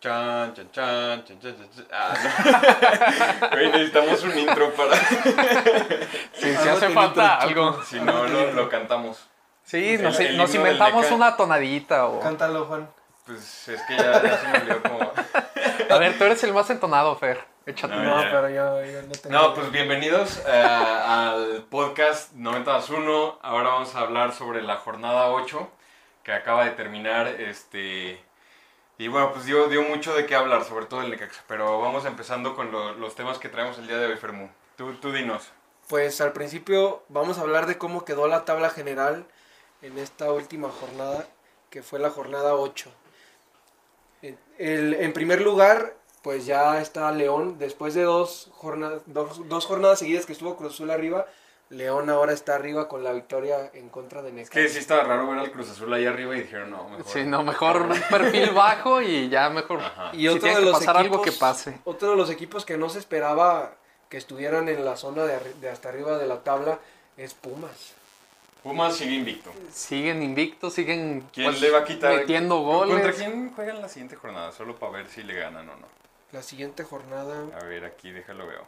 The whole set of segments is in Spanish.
Chan, chan, chan, chan, chan, chan, chan. Ah, no. Güey, necesitamos un intro para. Si Algo hace tiene falta otro chico. algo. Si no, lo, lo cantamos. Sí, El- nos, el nos himno del inventamos Necaxa. una tonadita o... Cántalo, Juan. Pues es que ya, ya se me olvidó como. A ver, tú eres el más entonado, Fer. Échate. No, No, Ah, ya. pero yo, yo no tengo. No, pues bienvenidos eh, al podcast 90 más 1. Ahora vamos a hablar sobre la jornada 8 que acaba de terminar. Este. Y bueno, pues dio, dio mucho de qué hablar, sobre todo el Necaxa. Pero vamos empezando con lo- los temas que traemos el día de hoy, Fermú. Tú, tú dinos. Pues al principio vamos a hablar de cómo quedó la tabla general en esta última jornada, que fue la jornada 8. En, el- en primer lugar, pues ya está León, después de dos, jornadas, dos, dos jornadas seguidas que estuvo Cruz Azul arriba, León ahora está arriba con la victoria en contra de Es Necaxa. que sí estaba raro ver al Cruz Azul ahí arriba y dijeron, no, mejor. Sí, no, mejor un perfil bajo y ya mejor. Ajá. si tiene que pasar algo que pase. Otro de los equipos que no se esperaba que estuvieran en la zona de, arri- de hasta arriba de la tabla es Pumas. Pumas sigue invicto. Siguen invictos, siguen ¿Quién pues, le va a quitar? metiendo ¿Contra goles. quién juegan la siguiente jornada? Solo para ver si le ganan o no. La siguiente jornada. A ver, aquí déjalo veo.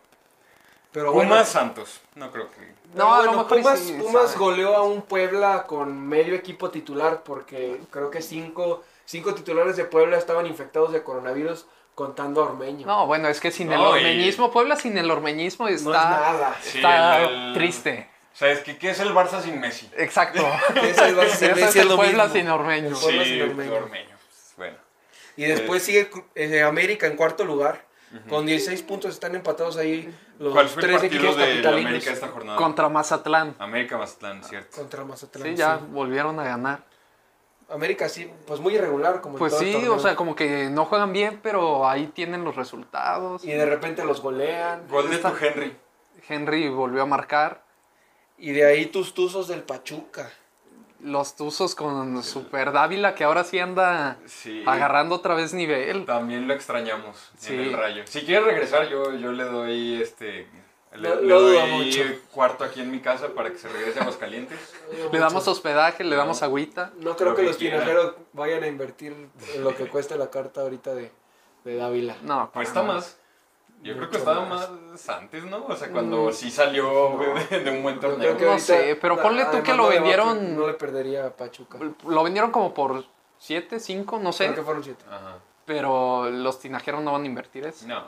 Pero Pumas bueno, Santos. No creo que. No, a lo bueno, mejor y Pumas, sí, Pumas sabe. goleó a un Puebla con medio equipo titular porque creo que cinco, cinco titulares de Puebla estaban infectados de coronavirus contando a Ormeño. No, bueno, es que sin el No, y- ormeñismo, Puebla sin el ormeñismo es está, nada. Sí, está el- triste. ¿Sabes qué? ¿Qué es el Barça sin Messi? Exacto. Es el Barça Ese sin es Messi, es el lo Puebla mismo. sin ormeño. Sí. Puebla sin Ormeño. Pues, Bueno. Y después sigue Cru- eh, América en cuarto lugar. Con 16 puntos están empatados ahí los ¿Cuál fue el tres partido equipos de la capitalinos América esta jornada? Contra Mazatlán. América Mazatlán, cierto. contra Mazatlán. Sí, ya sí. volvieron a ganar. América sí, pues muy irregular como en Pues todo el sí, torneo. o sea, como que no juegan bien, pero ahí tienen los resultados. y de repente los golean. Gol de tu Henry. Henry volvió a marcar. Y de ahí tus tuzos del Pachuca. Los Tuzos con Super Dávila, que ahora sí anda Sí. agarrando otra vez nivel. También lo extrañamos Sí. en el rayo. Si quiere regresar, yo, yo le doy este. Le, No- le no dudo doy mucho. cuarto aquí en mi casa para que se regrese a Aguascalientes. Le damos hospedaje, le damos agüita. No creo lo que, que los quieran. tinajeros vayan a invertir en lo que cuesta la carta ahorita de, de Dávila. No, Cuesta para más. Yo creo que Mucho estaba más. Mm. más antes, ¿no? O sea, cuando sí salió de, de un buen Yo torneo. creo que No ahorita- sé, pero ponle tú además que lo no le va- vendieron- No le perdería a Pachuca. nada. Lo vendieron como por 7, 5, no Creo sé. que fueron siete. Ajá. Pero los tinajeros no van a invertir eso. No.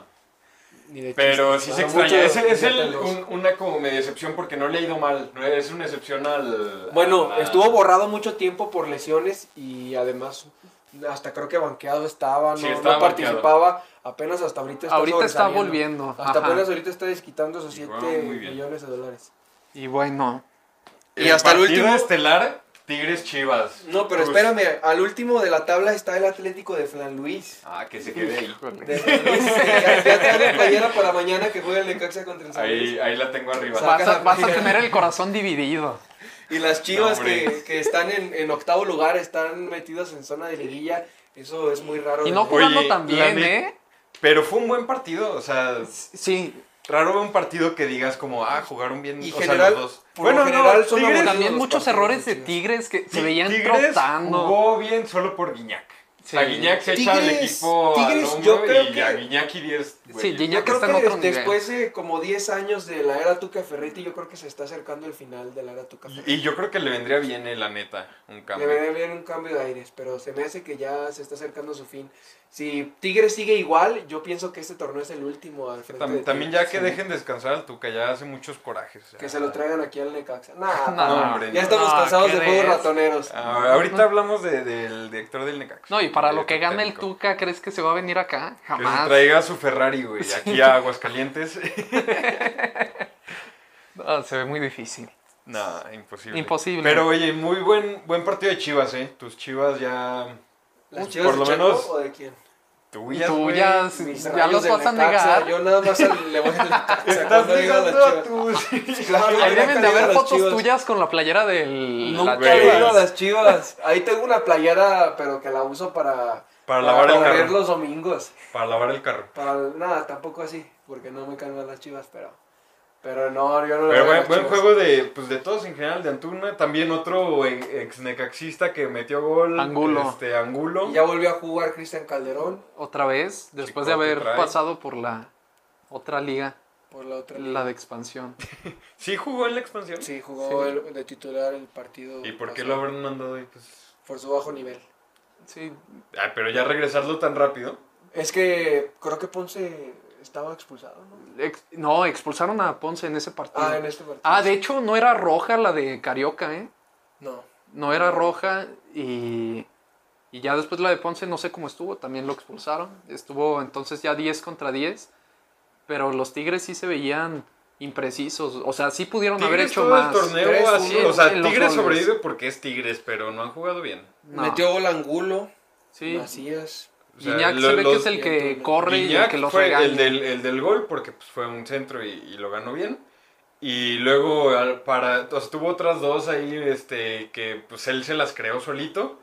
Ni de Pero sí se chiste. Ah, mucho extraña. Es, de- es de el- pelos. un- una como medio excepción porque no le ha ido mal. No, Es una excepción al. Ah. Bueno, al- estuvo borrado mucho tiempo por lesiones y además hasta creo que banqueado estaba, no, Sí, estaba no banqueado. participaba, apenas hasta ahorita está Ahorita está sobresaliendo. volviendo, Hasta ajá. apenas ahorita está desquitando esos Sí, 7 bueno, muy bien. millones de dólares. Y bueno, Y hasta el último. estelar, Tigres Chivas. No, pero Cruz. espérame, al último de la tabla está el Atlético de Flan Luis. Ah, que se quede ahí. De San Luis, ya, ya trae la playera para mañana que juega el Necaxa contra el San Luis. Ahí, ahí la tengo arriba. Sa- vas a, vas a tener el corazón dividido. Y las chivas No, hombre. que, que están en, en octavo lugar están metidas en zona de liguilla. Eso es muy raro. Y de no ver. jugando Oye, tan la bien, ne- ¿eh? Pero fue un buen partido. O sea, Sí, raro ver un partido que digas como, ah, jugaron bien. Y o general, sea, los dos. por lo general son Tigres- aburridos. también los muchos partidos errores de de Chivas. Tigres que se Ti- veían Tigres trotando. jugó bien solo por Guiñac. Sí. A Guiñac se echa el Tigres- equipo Tigres, al yo hombro creo y que- a Guiñac y 10. Sí, Guiñac Yo creo está en otro que nivel. después de como 10 años de la era Tuca Ferretti, yo creo que se está acercando el final de la era Tuca Ferretti. Y yo creo que le vendría bien, eh, la neta, un cambio. Debería haber un cambio de aires, pero se me hace que ya se está acercando su fin. Si Tigres sigue igual, yo pienso que este torneo es el último al Que tam- frente de también Tigres. ya que dejen descansar al Tuca, ya hace muchos corajes. ya. Que se lo traigan aquí al Necaxa. Nah, No, nah, hombre, no. ya estamos No, cansados ¿qué de juegos ves? ratoneros. Ah, ahorita hablamos de- del director del Necaxa. No, y para lo del que gana el técnico. Tuca, ¿crees que se va a venir Que acá? se Jamás. traiga su Ferrari, güey, aquí a Aguascalientes. No, Ah, se ve muy difícil. no, imposible. Imposible. Pero oye, muy buen, buen partido de Chivas, ¿eh? Tus Chivas ya... ¿Las pues, Por chivas lo de Chaco menos- o de quién? Tuyas, Tú güey. ya- Mis ya rayos los del vas a Necaxa, negar. Yo nada más al- le voy a Necaxa Estás cuando digo las negando a chivas. tus... Claro, Ahí buena deben de calidad haber las fotos Chivas. tuyas con la playera del... Nunca la güey. he Chivas. ido a las chivas. Ahí tengo una playera, pero que la uso para, Para lavar el correr carro. los domingos. Para lavar el carro. Para nada, tampoco así, porque no me calman las chivas, pero Pero no, yo no le Pero voy buen, a las buen Chivas. juego de, pues, de todos en general, de Antuna. También otro eh, ex necaxista que metió gol. Angulo. Este, Angulo. Y ya volvió a jugar Cristian Calderón Otra vez, después Chico, de ¿qué haber trae? pasado por la otra liga, por la otra. liga. la de expansión. Sí jugó en la expansión. Sí, jugó Sí. el- de titular el partido. ¿Y por qué lo pasado. habrán mandado ahí? Pues... Por su bajo nivel. Sí, Ah, pero ya regresarlo tan rápido. Es que creo que Ponce estaba expulsado, ¿no? ex- no, expulsaron a Ponce en ese partido. Ah, en este partido. Ah, de hecho, no era roja la de Carioca, ¿eh? No. No era roja y, y ya después la de Ponce no sé cómo estuvo, también lo expulsaron. Estuvo entonces ya 10 contra 10, pero los Tigres sí se veían imprecisos. O sea, sí pudieron haber Tigres hecho todo el más. torneo Tres, así. uno, O sea, en los Tigres goles. sobrevive porque es Tigres, pero no han jugado bien. No. Metió gol Angulo, Sí, Ah, Macías. O sea, Guiñac lo- se ve que los- es el que Guiñac corre y el Guiñac que los fue regaña. el del, el del gol porque pues, fue un centro y, y lo ganó bien. Y luego al- para, o sea, tuvo otras dos ahí este, que pues él se las creó solito,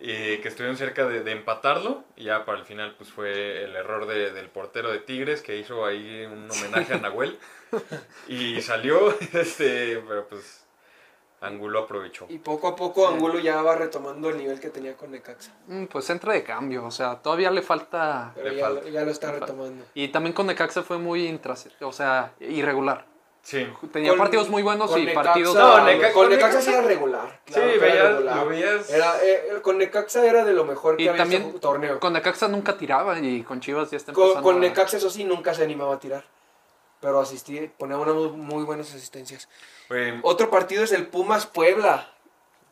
eh, que estuvieron cerca de, de empatarlo. Y ya para el final pues fue el error de- del portero de Tigres que hizo ahí un homenaje a Nahuel. y salió, este, pero pues Angulo aprovechó. Y poco a poco Angulo ya va retomando el nivel que tenía con Necaxa. Mm, Pues entra de cambio, o sea, todavía le falta... Pero Le ya, falta. ya lo está Le falta. retomando. Y también con Necaxa fue muy intrascendente, o sea, irregular. Sí. em, Tenía Con- partidos muy buenos con y Necaxa- partidos... No, Neca- con con Necaxa Necaxa- era regular. claro sí, que era veías- regular. lo veías. Era, eh, eh, con Necaxa era de lo mejor que Y había también este ju- torneo. Con, Con Necaxa nunca tiraba y con Chivas ya está con, empezando a- Necaxa, eso sí, nunca se animaba a tirar. Pero asistí, ponía unas muy, muy buenas asistencias. Fue- Otro partido es el Pumas Puebla.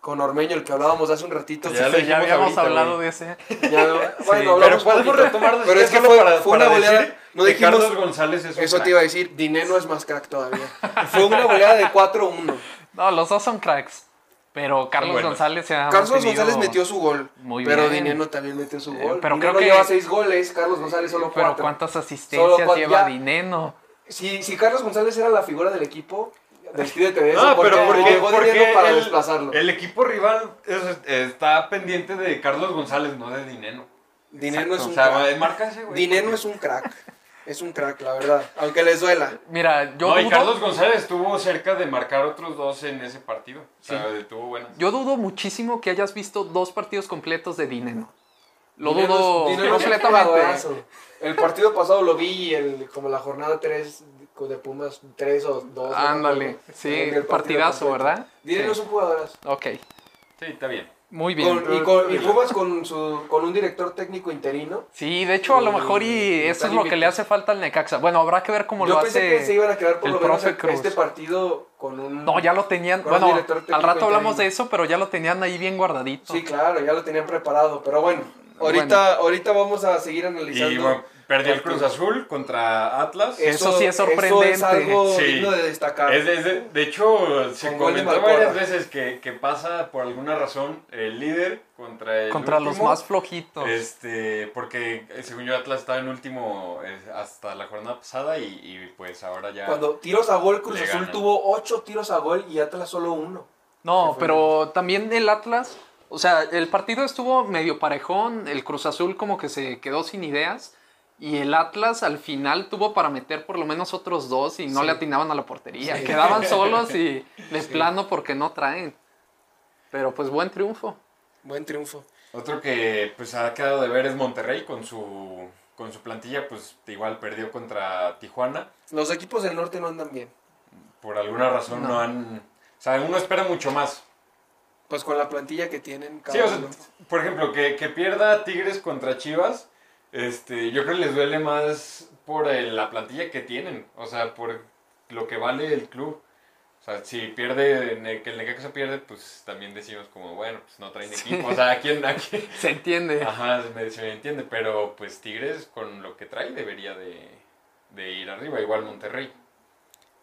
Con Ormeño, el que hablábamos hace un ratito. Ya lo Sí, dijimos ya habíamos ahorita, hablado güey. de ese. Ya no- bueno, pero hablamos podemos poquito. retomar Pero es que fue, fue una goleada. no que dijimos, Carlos González es un eso crack. te iba a decir, Diné no es más crack todavía. Fue una goleada de 4-1. No, los dos son cracks. Pero Carlos buenos. González se ha Carlos mantenido- González metió su gol. Ah, muy pero bien. Dineno también metió su Eh, gol. pero Dineno creo que- Eh, lleva 6 goles, Carlos González solo Pero 4. cuántas asistencias cuatro, lleva ya. Dineno. Si, si Carlos González era la figura del equipo, despídete de eso. No, porque pero porque, llegó porque Dineno para el, desplazarlo. el equipo rival es- está pendiente de Carlos González, no de Dineno. Dineno es O un sea, crack. marca ese güey. Dineno es un crack. Es un crack, la verdad. Aunque les duela. Mira, yo No, y dudo, Carlos González estuvo cerca de marcar otros dos en ese partido. O sea, eh, estuvo buena. yo dudo muchísimo que hayas visto dos partidos completos de Dineno. Lo Dineno es- dudo Dineno es un completamente. jugadorazo. El partido pasado lo vi y el, como la jornada 3 de Pumas, 3 o 2. Ándale, sí, partidazo, ¿verdad? Dineno es Sí. un jugadorazo. Ok, Sí, está bien. muy bien. Con, y, con, y Pumas con, su, con un director técnico interino. Sí, de hecho, a lo Y- mejor y y eso está es lo que le limitado. hace falta al Necaxa. Bueno, habrá que ver cómo Yo lo pensé hace. que se iban a quedar por el lo menos profe Cruz. este partido con un... No, ya lo tenían. Con el Bueno, director técnico al rato hablamos interino. de eso, pero ya lo tenían ahí bien guardadito. Sí, claro, ya lo tenían preparado, pero bueno. Ahorita, ahorita vamos a seguir analizando. Y bueno, perdió el Cruz Azul contra Atlas. Eh, Eso sí es sorprendente. Eso es algo Sí. digno de destacar. Es de, es de- de hecho, se Con gol de comentó Malcorra. varias veces que, que pasa por alguna razón el líder contra el Contra los último. más flojitos. Este, porque eh, según yo Atlas estaba en último eh, hasta la jornada pasada y, y, pues ahora ya... Cuando tiros a gol, Cruz Le Azul ganan. tuvo 8 tiros a gol y Atlas solo uno. No, fue pero también el Atlas, o sea, el partido estuvo medio parejón, el Cruz Azul como que se quedó sin ideas y el Atlas al final tuvo para meter por lo menos otros dos y no Sí. le atinaban a la portería, Sí. quedaban solos y de Sí. plano porque no traen. Pero pues buen triunfo. Buen triunfo. Otro que pues ha quedado de ver es Monterrey con su, con su plantilla, pues igual perdió contra Tijuana. Los equipos del norte no andan bien. Por alguna razón no, No. han... O sea, uno espera mucho más. Pues con la plantilla que tienen cada Sí, o sea, uno. por ejemplo, que, que pierda Tigres contra Chivas, este, yo creo que les duele más por el- la plantilla que tienen, o sea, por lo que vale el club. O sea, si pierde, ne- que el Necaxa pierde, pues también decimos como, bueno, pues no traen Sí. equipo, o sea, ¿a quién, a quién? Se entiende. Ajá, se me, se me entiende, pero pues Tigres con lo que trae debería de, de ir arriba, igual Monterrey.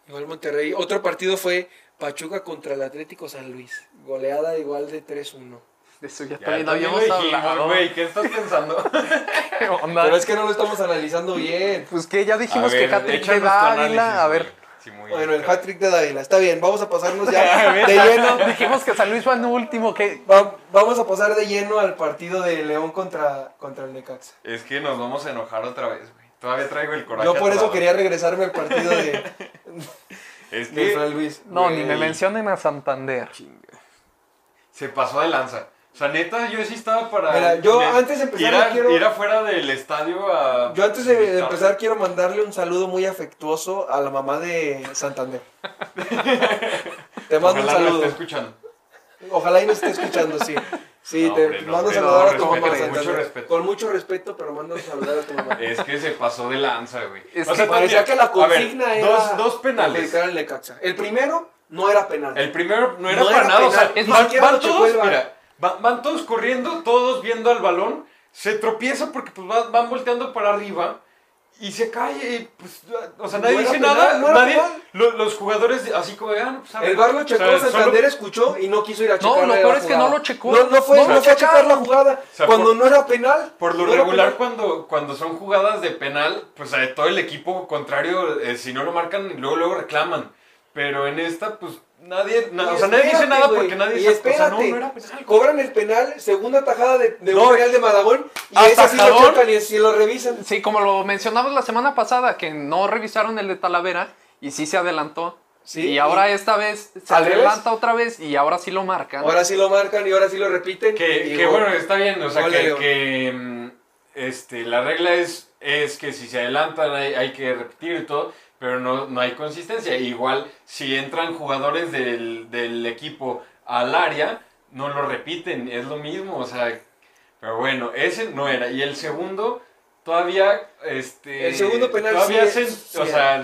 Igual Monterrey. Otro partido fue Pachuca contra el Atlético San Luis. Goleada igual de 3-1. De eso ya, Ya, también también habíamos lo dijimos, hablado. güey, ¿qué estás pensando? ¿Qué onda? Pero es que no lo estamos analizando bien. Pues que ya dijimos A ver, que Hat-Trick de échanos tu análisis, Dávila, a ver. güey. Sí, muy Bueno, el claro. hat-trick de Dávila. Está bien, vamos a pasarnos ya de lleno. Dijimos que San Luis va en último, que Va- vamos a pasar de lleno al partido de León contra, contra el Necaxa. Es que nos vamos a enojar otra vez, güey. Todavía traigo el coraje. Yo por eso atorado. quería regresarme al partido de, Es de que Fran Luis. No, ni Güey. me mencionen a Santander. Chinga. Se pasó de lanza. O sea, neta, yo sí estaba para. Mira, yo me- antes de ir, empezar a- le quiero- ir afuera del estadio a. Yo antes de gritar. empezar quiero mandarle un saludo muy afectuoso a la mamá de Santander. Te Ojalá mando un lo saludo. esté escuchando. Ojalá y nos esté escuchando, sí. Sí, No, te hombre, no, mando a hombre, saludar no, a tu respeto, mamá de con mucho Santander. respeto. Con mucho respeto, pero mando a saludar a tu mamá. Es que se pasó de lanza, güey. Es O sea, que Parecía también- que la a ver, consigna era Dos, dos penales. perjudicar al Necaxa. El primero no era penal. El primero no era No para era nada, o sea, penal, ni van, siquiera van lo chocó todos, el bar. mira, van, van todos corriendo, todos viendo al balón, se tropieza porque pues van, van volteando para arriba y se cae, y, pues, o sea, nadie No era dice penal, nada, no era nadie, penal. lo- los jugadores así como, ah, no, pues, a ver". El bar lo checó, O sea, solo- Santander escuchó y no quiso ir a checar. lo la peor es que jugada. no lo checó. No, no fue, No no lo fue a checar checaron. la jugada. O sea, cuando por- no era penal. Por lo no era regular, penal. cuando, cuando son jugadas de penal, pues eh, todo el equipo contrario, eh, si no lo marcan, luego, luego reclaman. Pero en esta, pues nadie, na- Y o sea, nadie dice espérate, nada güey, porque nadie y dice, o sea, no, espérate. no era penal. Cobran el penal, segunda tajada de, de No, un penal de Madagón. Y hasta esa sí lo Jadón. checan y si lo revisan. Sí, como lo mencionamos la semana pasada, que no revisaron el de Talavera y sí se adelantó. Sí, y ahora y- esta vez se ¿Al revés? adelanta otra vez y ahora sí lo marcan. Ahora sí lo marcan y ahora sí lo repiten. Que, y que gol. bueno, está bien, o sea, Gol de que, León. que, mm, este, la regla es, es que si se adelantan hay, hay que repetir y todo, pero no, no hay consistencia. Igual, si entran jugadores del, del equipo al área, no lo repiten, es lo mismo, o sea, pero bueno, ese no era. Y el segundo, todavía, este... El segundo penal todavía sí se- es- o sí sea,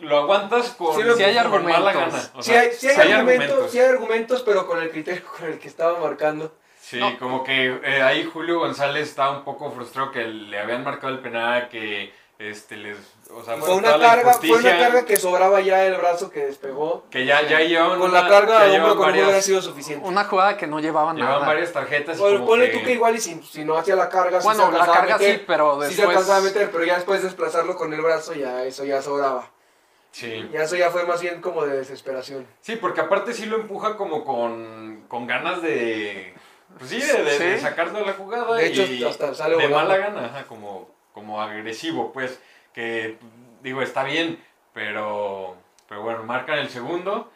lo aguantas con, Sí lo- Sí hay con mala argumentos. gana. O Sí sea, hay, sí hay sí argumentos, sí hay argumentos, pero con el criterio con el que estaba marcando. Sí, No. como que eh, ahí Julio González estaba un poco frustrado que le habían marcado el penal, que este les, o sea, Fue bueno, una toda la carga, fue una injusticia, carga que sobraba ya el brazo que despegó. que ya ya llevan Con la una- carga ya de hombro llevan con hombro hubiera varias, sido suficiente. Una jugada que no llevaba llevan nada. varias tarjetas y Bueno, como ponle que- tú que igual y si, si no hacía la carga, sí Bueno, se la alcanzaba carga a meter, sí, pero sí se después- alcanzaba a meter, pero ya después desplazarlo con el brazo, ya eso ya sobraba. sí. Ya eso ya fue más bien como de desesperación. Sí, porque aparte sí lo empuja como con, con ganas de pues sí, de, de- Sí. de sacarlo de la jugada De hecho, y hasta sale de volando. mala gana, ajá, como como agresivo, pues que digo, está bien, pero pero bueno, marcan el segundo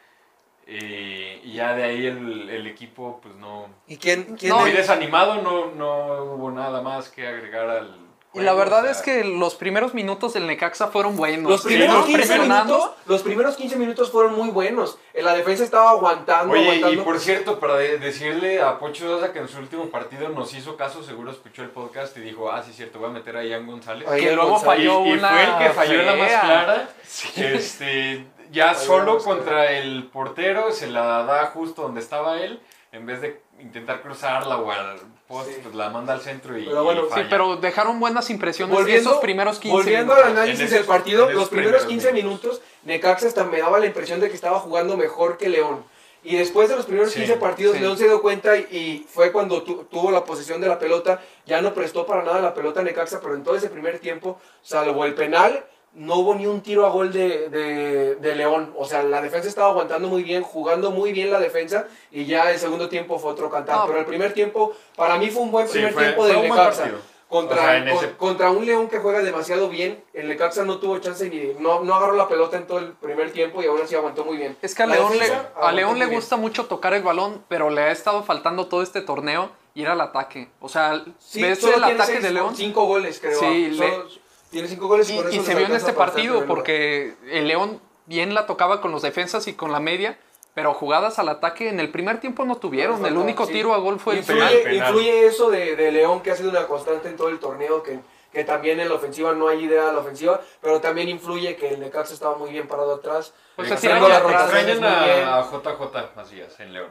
eh, y ya de ahí el, el equipo pues no ¿Y quién, quién No, muy de- desanimado, no no hubo nada más que agregar al Y la juego, verdad o sea, es que los primeros minutos del Necaxa fueron buenos. los Sí, primeros nos 15 presionando. minutos, los primeros 15 minutos fueron muy buenos. Eh, La defensa estaba aguantando, Oye, y aguantando. por cierto, para de- decirle a Pocho Sosa que en su último partido nos hizo caso, seguro escuchó el podcast y dijo, ah, sí, cierto, voy a meter a Ian González. Ay, Que luego González. y, falló y una fue el que falló la más fea. clara. Este, ya Falló la solo más clara. contra el portero, se la da justo donde estaba él, en vez de intentar cruzarla o al poste, Sí. pues la manda al centro y, Pero bueno, y sí, Sí, falla. pero dejaron buenas impresiones esos primeros 15 volviendo minutos. al análisis En esos- del partido, en esos los primeros primeros 15 minutos, Necaxa hasta me daba la impresión de que estaba jugando mejor que León. Y después de los primeros Sí, 15 partidos, sí. León se dio cuenta y, y fue cuando tu- tuvo la posesión de la pelota. Ya no prestó para nada la pelota a Necaxa, pero en todo ese primer tiempo, salvo el penal, no hubo ni un tiro a gol de, de- de León. O sea, la defensa estaba aguantando muy bien, jugando muy bien la defensa. Y ya el segundo tiempo fue otro cantar. No. Pero el primer tiempo, para mí fue un buen Sí, primer fue- tiempo fue de un buen Necaxa. partido. Contra, O sea, en con- ese- contra un León que juega demasiado bien, el Necaxa no tuvo chance ni no, no agarró la pelota en todo el primer tiempo y aún así aguantó muy bien. Es que a La León, le, defensa a aguantó León muy le bien. gusta mucho tocar el balón, pero le ha estado faltando todo este torneo ir al ataque. O sea, Sí, ves solo el tiene ataque seis- de León Cinco goles, creo. Sí, Solo tiene cinco goles y, y, por eso y les se vio en alcanza este para estar en partido primer lugar. porque el León bien la tocaba con los defensas y con la media, pero jugadas al ataque en el primer tiempo no tuvieron. El Faltaba, único sí. tiro a gol fue el influye, penal. penal. influye eso de, de León que ha sido una constante en todo el torneo, que, que también en la ofensiva no hay idea de la ofensiva, pero también influye que el Necaxa estaba muy bien parado atrás. Eh, O sea, Extrañan- tirando la rotación extrañan muy bien. a, a JJ Macías en León.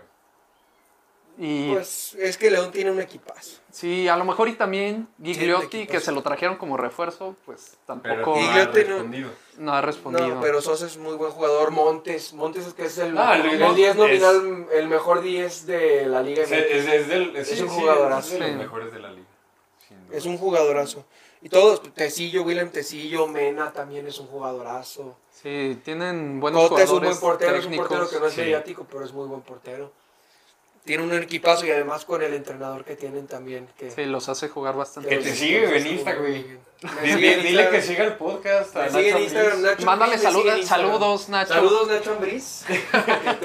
Y Pues es que León tiene un equipazo. sí, a lo mejor y también Sí, el Gigliotti, equipo que sí. se lo trajeron como refuerzo, pues Pero no tampoco ha, ha Iglesias no- respondido. no ha respondido. No, pero Sosa es muy buen jugador. Montes, Montes es que es el, Ah, el- el, el- 10 nominal, es- el mejor 10 de la Liga. Es, es- es del- es- Es sí, un sí, jugadorazo. es de Sí. los mejores de la liga. sin duda. Es un jugadorazo. Y todos, Tecillo, Willem Tecillo, Mena también es un jugadorazo. Sí, tienen buenos Cota es un jugadores buen portero, es un técnicos. portero que no es Sí. mediático, pero es muy buen portero. tiene un equipazo y además con el entrenador que tienen también. Que, Sí, los hace jugar bastante. Que te los- sigue los- en Insta, güey. Me Di- sigue di- en Dile que Instagram. siga el podcast. a Me sigue en Nacho Instagram, Ambriz. Nacho Mándale Ambriz me sigue saluda- en Instagram. saludos, Nacho. Saludos, Nacho Ambriz.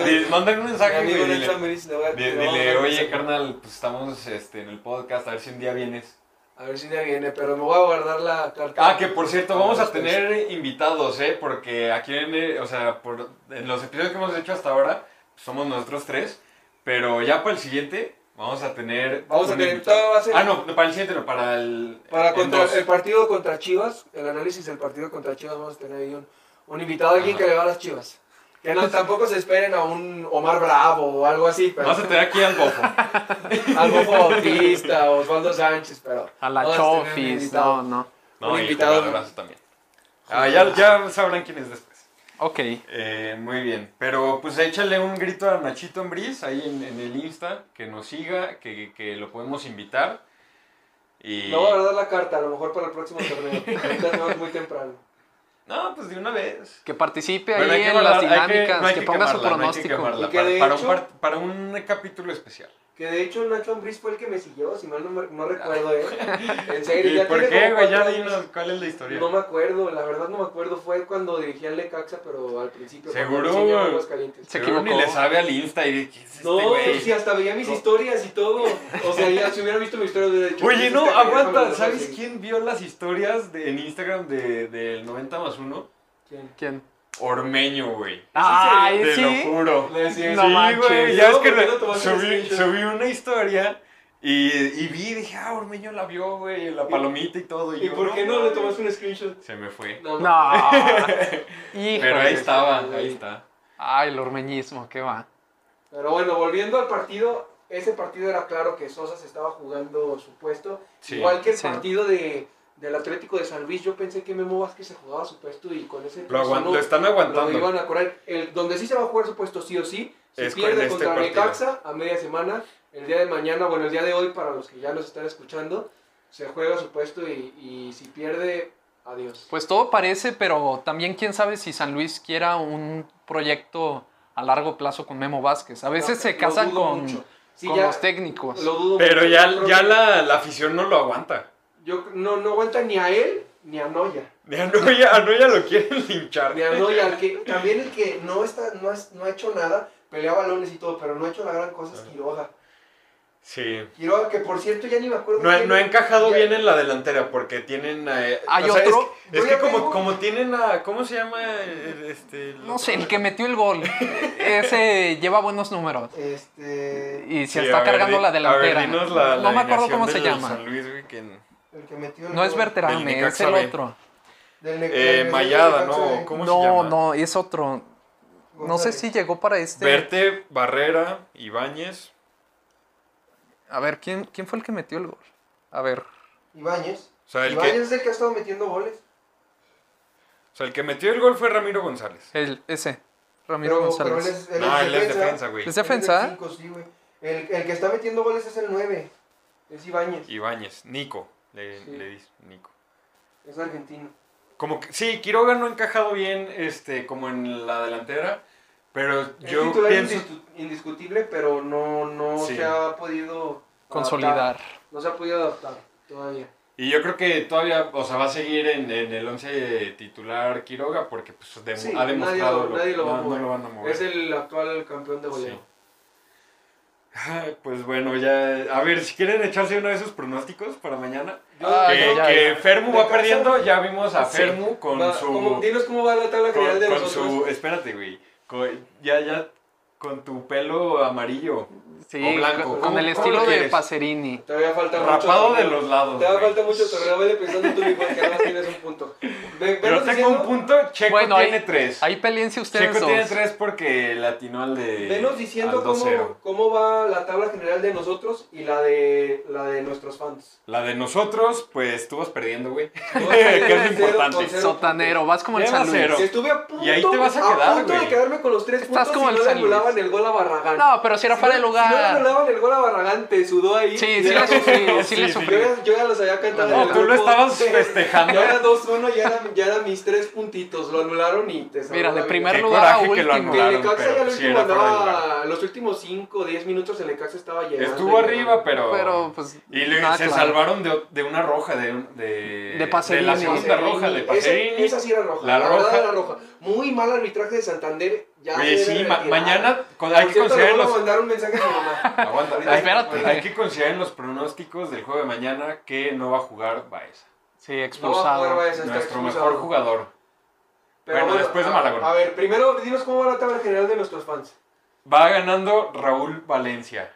Di- Mándale un Mi mensaje, amigo güey. Nacho Dile, Ambriz, le voy a- di- le dile, vamos a mandar un oye, mensaje. carnal, pues estamos este, en el podcast, a ver si un día vienes. A ver si ya viene, pero me voy a guardar la carta. Ah, que por cierto, Para vamos a después. tener invitados, ¿eh? Porque aquí en, eh, o sea, por, en los episodios que hemos hecho hasta ahora, pues, somos nosotros tres, pero ya para el siguiente vamos a tener... Vamos a un tener- invitado. todo va a ser- Ah, no, no, para el siguiente no, para el... Para el contra- eh, dos. el partido contra Chivas, el análisis del partido contra Chivas, vamos a tener ahí un, un invitado, alguien Ajá. que le va a las Chivas. Que no, tampoco se esperen a un Omar Bravo o algo así, pero Vamos a tener aquí al bofo. al Bofo Bautista, Osvaldo Sánchez, pero A la vamos tener un Chofis, este invitado. no, no. No, Un y invitado. jugadorazo también. Ah, ya, ya sabrán quién es después. Ok. Eh, muy bien, pero pues échale un grito a Nachito Ambriz ahí en, en el Insta, que nos siga, que, que lo podemos invitar. Y... Le voy a guardar la carta, a lo mejor para el próximo torneo. Ahorita no es muy temprano. No, pues de una vez. Que participe Bueno, hay ahí que en guardar- las hay que- dinámicas, no hay que, ponga quemarla, su no hay que pronóstico. quemarla, Y que para, de para un hecho- par- para un capítulo especial. Que de hecho Nacho Ambriz fue el que me siguió, si mal no, me- no recuerdo, ¿eh? En serio, ¿Y ya por tiene qué, como güey? Ya cuatro años. dinos cuál es la historia. No me acuerdo, la verdad no me acuerdo. Fue cuando dirigí al Lecaxa, pero al principio. cuando ¿Seguro? recién llegó a Aguascalientes. Se Seguro ni equivocó. le sabe al Insta y de, ¿qué es este No, güey? sí, hasta veía mis No. historias y todo. O sea, ya si hubiera visto mi historia hubiera dicho. Oye, "Este no, pendejo me aguanta. lo ¿Sabes persigue". quién vio las historias de- en Instagram de- del 90 más 1? ¿Quién? ¿Quién? Ormeño, güey. Ay, Te lo sí. juro. Le decía, No sí, manches. güey. Ya es No, que ¿por qué re- no tomaste subí, screenshot? subí una historia y, y vi, dije, ah, Ormeño la vio, güey, la palomita y todo. ¿Y yo, por qué no le mames. tomaste un screenshot? Se me fue. No. No. Híjole. Pero ahí estaba, güey. ahí está. Ay, el ormeñismo, qué va. Pero bueno, volviendo al partido, ese partido era claro que Sosa se estaba jugando su puesto. Sí. Igual que el Sí. partido de, del Atlético de San Luis, yo pensé que Memo Vázquez se jugaba su puesto y con ese. Lo, aguan- personaje- lo están Lo aguantando. iban a correr. El, donde sí se va a jugar su puesto sí o sí. Si Es con pierde este contra partido. Necaxa a media semana, el día de mañana, bueno, el día de hoy para los que ya nos están escuchando, se juega su puesto y, y si pierde, adiós. Pues todo parece, pero también quién sabe si San Luis quiera un proyecto a largo plazo con Memo Vázquez. A veces No, se lo casan dudo con, mucho. Sí, con ya, los técnicos. lo dudo Pero mucho. ya, Yo creo ya que- la, la afición no lo aguanta. Yo no, no aguanta ni a él ni a Noya. A Noya, a Noya lo quieren linchar. Ni a Noya, al que, también el que no, está, no, has- no ha hecho nada, pelea balones y todo, pero no ha hecho la gran cosa es Ah. Quiroga. Sí. Quiroga, que por cierto ya ni me acuerdo. No, ha- quién- no ha encajado ya- bien en la delantera porque tienen. eh, Hay es otro. que- Es Yo que, ya como, tengo- como tienen a. ¿Cómo se llama? eh, Este, el No otro? sé, el que metió el gol. Ese lleva buenos números. Este. Y Sí, se a está ver, cargando di- la a delantera. ver, dinos la- la no me acuerdo alineación cómo se del llama. San Luis, güey, que- El que metió el No es gol. Del Berterame, es Necaxa el B. otro. Del Eh, Necaxa, del Mayada, Necaxa, ¿no? eh. ¿Cómo se No, llama? no, es otro. No sé González. si llegó para este. Verte, Barrera, Ibáñez. A ver, ¿quién, ¿quién fue el que metió el gol? A ver. Ibáñez. O sea, el Ibáñez que, es el que ha estado metiendo goles. o sea, el que metió el gol fue Ramiro González. El, ese. Ramiro Pero, pero González. él es, él no, es Ah, él es defensa, güey. Es Él es defensa. el cinco, sí, güey. el, el que está metiendo goles es el 9. Es Ibáñez. Ibáñez, Nico, le, Sí. le dice, Nico. Es argentino. Como que, sí, Quiroga no ha encajado bien este, como en la delantera, pero Es yo titular pienso... indiscu- indiscutible, pero no, no Sí. se ha podido adaptar. Consolidar. No se ha podido adaptar todavía. Y yo creo que todavía, o sea, va a seguir en, en el 11 titular Quiroga porque pues, de- Sí, ha nadie demostrado... lo- nadie lo va a no- no mover. lo van a mover. Es el actual campeón de goleo. Sí. Ay, Pues bueno, ya. A ver, si quieren echarse uno de esos pronósticos para mañana. Yo- Ah, que no, ya, que ya. Fermu De va casa. perdiendo, ya vimos a Sí. Fermu con Va, su. ¿cómo- dinos cómo va la tabla general con, de con nosotros. su. Espérate, güey. Con- ya, ya. Con tu pelo amarillo. Sí, o blanco. con, con ¿Cómo- el cómo estilo lo de quieres? Pacerini. Todavía falta mucho. Rapado de torneo. los lados. Te va a güey. faltar mucho torneo, vele pensando tú, igual que ahora tienes un punto. Ve, Yo venos tengo diciendo- un punto, Checo Bueno, ahí- tiene tres. Ahí peleense ustedes Checo tiene dos. tres porque latinó al de. Venos diciendo al 2-0. cómo, cómo va la tabla general de nosotros y la de, la de nuestros fans. La de nosotros, pues tú vas perdiendo, güey. Que es lo importante. Sotanero, vas como el Lleva San Luis. cero. estuve a punto, Y ahí te vas a quedar, punto de güey. quedarme con los tres Estás puntos como si el no le San Luis. anulaban el gol a Barragán. No, pero si era Si fuera no- de lugar. Si no le anulaban el gol a Barragán, te sudó ahí. Sí, Y sí era le sufrí, sí Sí, le sí. sufrí. Yo ya, yo ya los había cantado. No, en el tú lo grupo. estabas festejando. Ya era 2-1, ya era, ya era mi mis tres puntitos, lo anularon y te salvó Mira, de la vida. primer Qué lugar a coraje que lo último. anularon. Que Necaxa pero ya al sí último era fuera de andaba- lugar. los últimos 5 o 10 minutos el Necaxa estaba llegando. Estuvo arriba, pero. Pero pues. y le- nada se claro. salvaron de, de una roja, de, un- de, De Pacerini. la segunda Pacerini. roja, de Esa- Pacerini. Esa, sí era roja. La La, roja. verdad era roja. Muy mal arbitraje de Santander. Ya Oye, se debe sí, ma- retirar. mañana con- Por hay que cierto, le considerar vamos a los. mandar un mensaje a mi mamá. Aguanta, Ahorita hay- espérate. Hay que considerar en los pronósticos del juego de mañana que no va a jugar Baeza. Sí, No va a expulsado. jugar Baeza, está Nuestro expulsado. mejor jugador. Bueno, después de Malagón. A ver, primero dinos cómo va la tabla general de nuestros fans. Va ganando Raúl Valencia.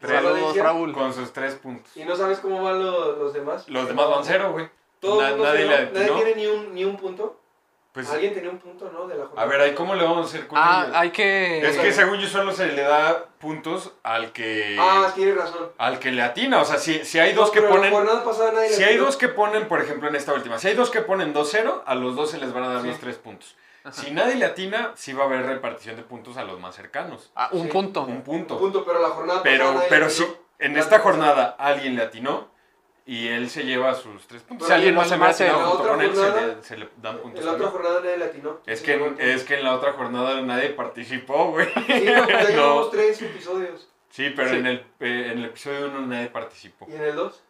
Tres Saludos, Valencia Raúl. con sus tres puntos. Y no sabes cómo van lo- los demás. Los demás van cero, güey. Todo Na- el mundo nadie cero, le nadie atinó. tiene ni un, ni un punto. Pues, Alguien tenía un punto, ¿no? De la jornada. a ver, ahí cómo le vamos a hacer con Ah, ellos? hay que. Es eh. que según yo solo se le da puntos al que Ah, tienes razón. al que le atina, o sea, si, si hay eh, dos No, que pero ponen La jornada pasada nadie si le hay tiró. dos que ponen, por ejemplo, en esta última, si hay dos que ponen 2-0, a los dos se les van a dar Sí. los tres puntos. Si nadie le atina, sí va a haber repartición de puntos a los más cercanos. Ah, un Sí. punto. Un Un punto. punto, pero la jornada pasada. Pero, nadie pero le sí, tiró. en La- esta jornada alguien le atinó y él se lleva sus tres puntos. Pero Si alguien igual más se más en atinado la junto otra con él, se jornada- le, se le dan puntos. En la otra también. jornada nadie le atinó. Es que, en- es que en la otra jornada nadie participó, güey. Sí, ya llevamos No. tres episodios. Sí, pero Sí. En, el, eh, en el episodio 1 nadie participó. Y en el dos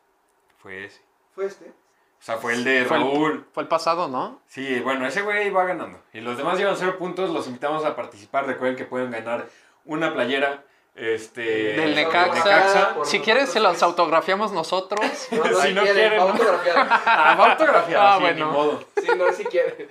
Fue ese. fue este. O sea, fue el de Fue el- Raúl. Fue el pasado, ¿no? Sí, bueno, ese güey va ganando. Y los demás llevan cero puntos, los invitamos a participar. Recuerden que pueden ganar una playera este, Del Necaxa. si Por nosotros quieres, se las tres. autografiamos nosotros. No, Si si no no quiere, quieren, va ¿no? autografiada. Ah, va autografiada, Ah, sí, bueno. ni modo. Sí, no, si quiere.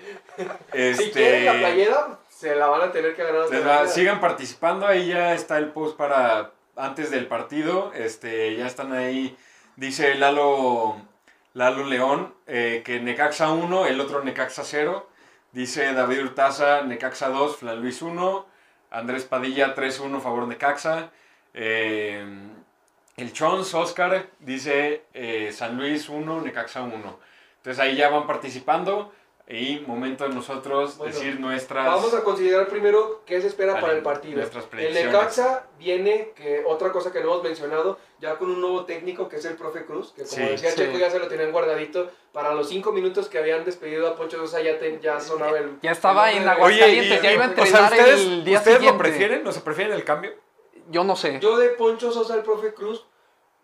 Este, Si quieren la playera, se la van a tener que ganar. pues, va, autografiada. sigan participando, ahí ya está el post para antes del partido. Este, ya están ahí, dice Lalo, Lalo León, eh, que Necaxa 1, el otro Necaxa 0. Dice David Urtaza, Necaxa 2, Flan Luis 1. Andrés Padilla 3-1, favor Necaxa. Eh, el Chons, Oscar, dice eh, San Luis 1, Necaxa 1. Entonces ahí ya van participando. Y momento de nosotros Bueno, decir nuestras. Vamos a considerar primero qué se espera Vale, para el partido. nuestras El predicciones. Necaxa viene, que otra cosa que no hemos mencionado, ya con un nuevo técnico que es el profe Cruz, que como Sí, decía sí. Checo ya se lo tenían guardadito, para los cinco minutos que habían despedido a Poncho Sosa ya, te- ya sonaba el... Ya estaba el en nombre de- Oye, y, Aguascalientes, ya iba a o sea, entrenar ¿ustedes, el día ¿ustedes lo siguiente. prefieren? ¿O se prefieren el cambio? Yo no pues sé. Yo de Poncho Sosa al profe Cruz,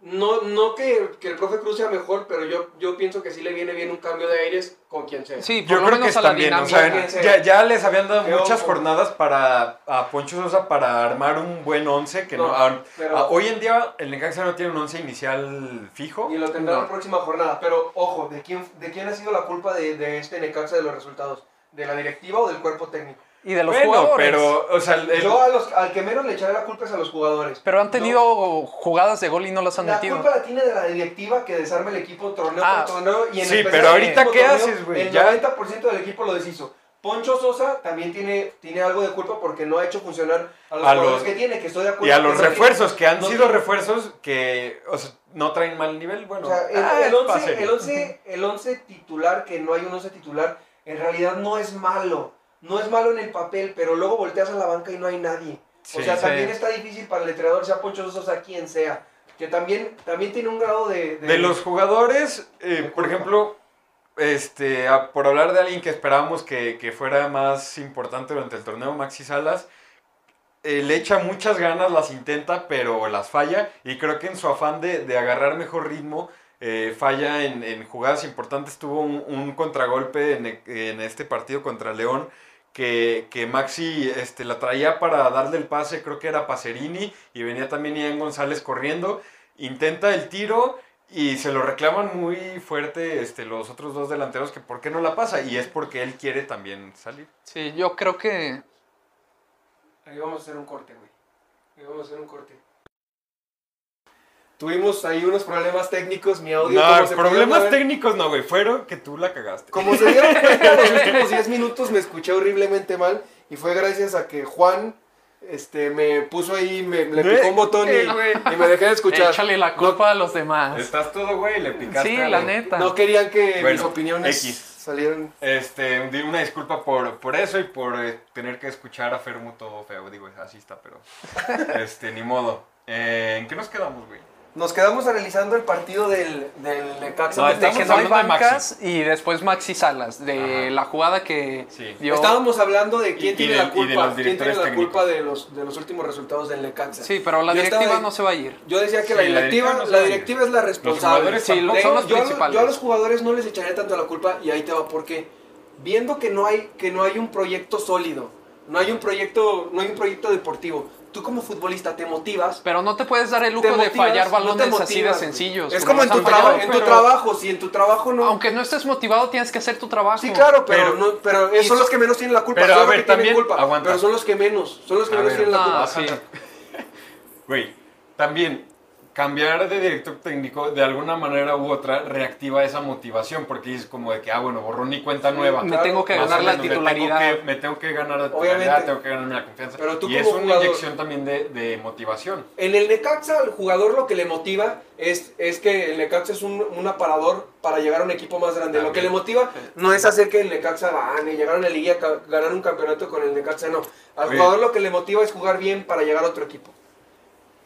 no, no que, que el profe Cruz sea mejor, pero yo, yo pienso que sí le viene bien un cambio de aires con quien sea. sí, por lo menos a la dinámica. o sea, Sí. ya, ya les habían dado Creo muchas que- jornadas para a Poncho Sosa para armar un buen once que no, No, a- pero- a- hoy en día el Necaxa no tiene un once inicial fijo. Y lo tendrá No. la próxima jornada. Pero ojo, ¿de quién, ¿de quién ha sido la culpa de, de este Necaxa de los resultados? ¿De la directiva o del cuerpo técnico? Y de los bueno, jugadores. pero o sea, el- el- Yo a los, al que menos le echaré la culpa es a los jugadores. Pero han Yo- tenido jugadas de gol y no las han la metido. culpa la tiene de la directiva que desarma el equipo torneo Ah, por torneo y en sí, especial pero el ahorita último ¿qué torneo, haces, güey? El Ya- 90% del equipo lo deshizo. Poncho Sosa también tiene, tiene algo de culpa porque no ha hecho funcionar a los A jugadores los- que tiene, que estoy de acuerdo. y a que los se- refuerzos que han no sido tiene- refuerzos que o sea, no traen mal nivel, bueno, O sea, el- ah, el es 11 pase. el 11 el 11 titular, que no hay un 11 titular, en realidad no es malo. No es malo en el papel, pero luego volteas a la banca y no hay nadie. Sí, o sea, sí. también está difícil para el entrenador, sea Poncho Sosa, sea quien sea. Que también, también tiene un grado de... De los jugadores, eh, de por culpa. ejemplo, este, a- por hablar de alguien que esperábamos que, que fuera más importante durante el torneo, Maxi Salas, eh, le echa muchas ganas, las intenta, pero las falla. Y creo que en su afán de, de agarrar mejor ritmo, eh, falla en, en jugadas importantes. Tuvo un, un contragolpe en, e- en este partido contra León. Que, que Maxi este, la traía para darle el pase, creo que era Pacerini, y venía también Ian González corriendo. Intenta el tiro, y se lo reclaman muy fuerte este, los otros dos delanteros que por qué no la pasa. Y es porque él quiere también salir. Sí, yo creo que Ahí vamos a hacer un corte, güey. Ahí vamos a hacer un corte. Tuvimos ahí unos problemas técnicos, mi audio... como No, se problemas pudieron ver- técnicos no, güey. Fueron que tú la cagaste. Como se dieron cuenta, los últimos 10 minutos me escuché horriblemente mal y fue gracias a que Juan este, me puso ahí, me, le picó un botón Eh, y, güey. y me dejé de escuchar. échale la culpa a los demás. Estás todo, güey, le picaste. Sí, a la neta. No querían que mis Bueno, opiniones X. salieran. Este, di una disculpa por, por eso y por eh, tener que escuchar a Fermu todo feo. Digo, así está, pero. Este, ni modo. Eh, ¿En qué nos quedamos, güey? Nos quedamos analizando el partido del, del Necaxa. No, porque de estábamos Genoa hablando de Maxi. Bancas y después Maxi Salas, de Ajá. la jugada que Sí. dio. Estábamos hablando de quién Y- y tiene del- la y de culpa, los quién tiene directores la técnicos. culpa de los, de los últimos resultados del Necaxa. Sí, pero la Yo estaba directiva de- no se va a ir. Yo decía que Sí, la la directiva, directiva no se la va a ir. directiva es la responsable. jugadores Sí, tampoco. son los yo, a los- principales. yo a los jugadores no les echaría tanto la culpa y ahí te va porque viendo que no hay que no hay un proyecto sólido, no hay un proyecto, no hay un proyecto deportivo. Tú como futbolista te motivas Pero no te puedes dar el lujo te de motivas, fallar no te balones así de motivas. sencillos. Es como en los tu, han traba- fallado, en tu pero trabajo, si en tu trabajo no. Aunque no estés motivado, tienes que hacer tu trabajo. Sí, claro, Pero- pero, no- pero eh, y son so- los que menos tienen la culpa. Pero, claro a ver, que tienen también- culpa, aguanta. Pero son los que menos, son los que A menos ver, tienen la no, culpa. Ah, sí. Güey, también cambiar de director técnico de alguna manera u otra reactiva esa motivación porque es como de que, ah, bueno, borrón y cuenta nueva. Me Claro, tengo que Más o ganar la menos, me tengo titularidad. que- Me tengo que, ganar la Obviamente. titularidad, tengo que ganarme la confianza. Pero tú y como es una jugador- inyección también de, de motivación. En el Necaxa, al jugador lo que le motiva es, es que el Necaxa es un, un aparador para llegar a un equipo más grande. Lo que le motiva no es hacer que el Necaxa gane, llegar a una liga, ca- ganar un campeonato con el Necaxa, no. Al Oye. jugador lo que le motiva es jugar bien para llegar a otro equipo.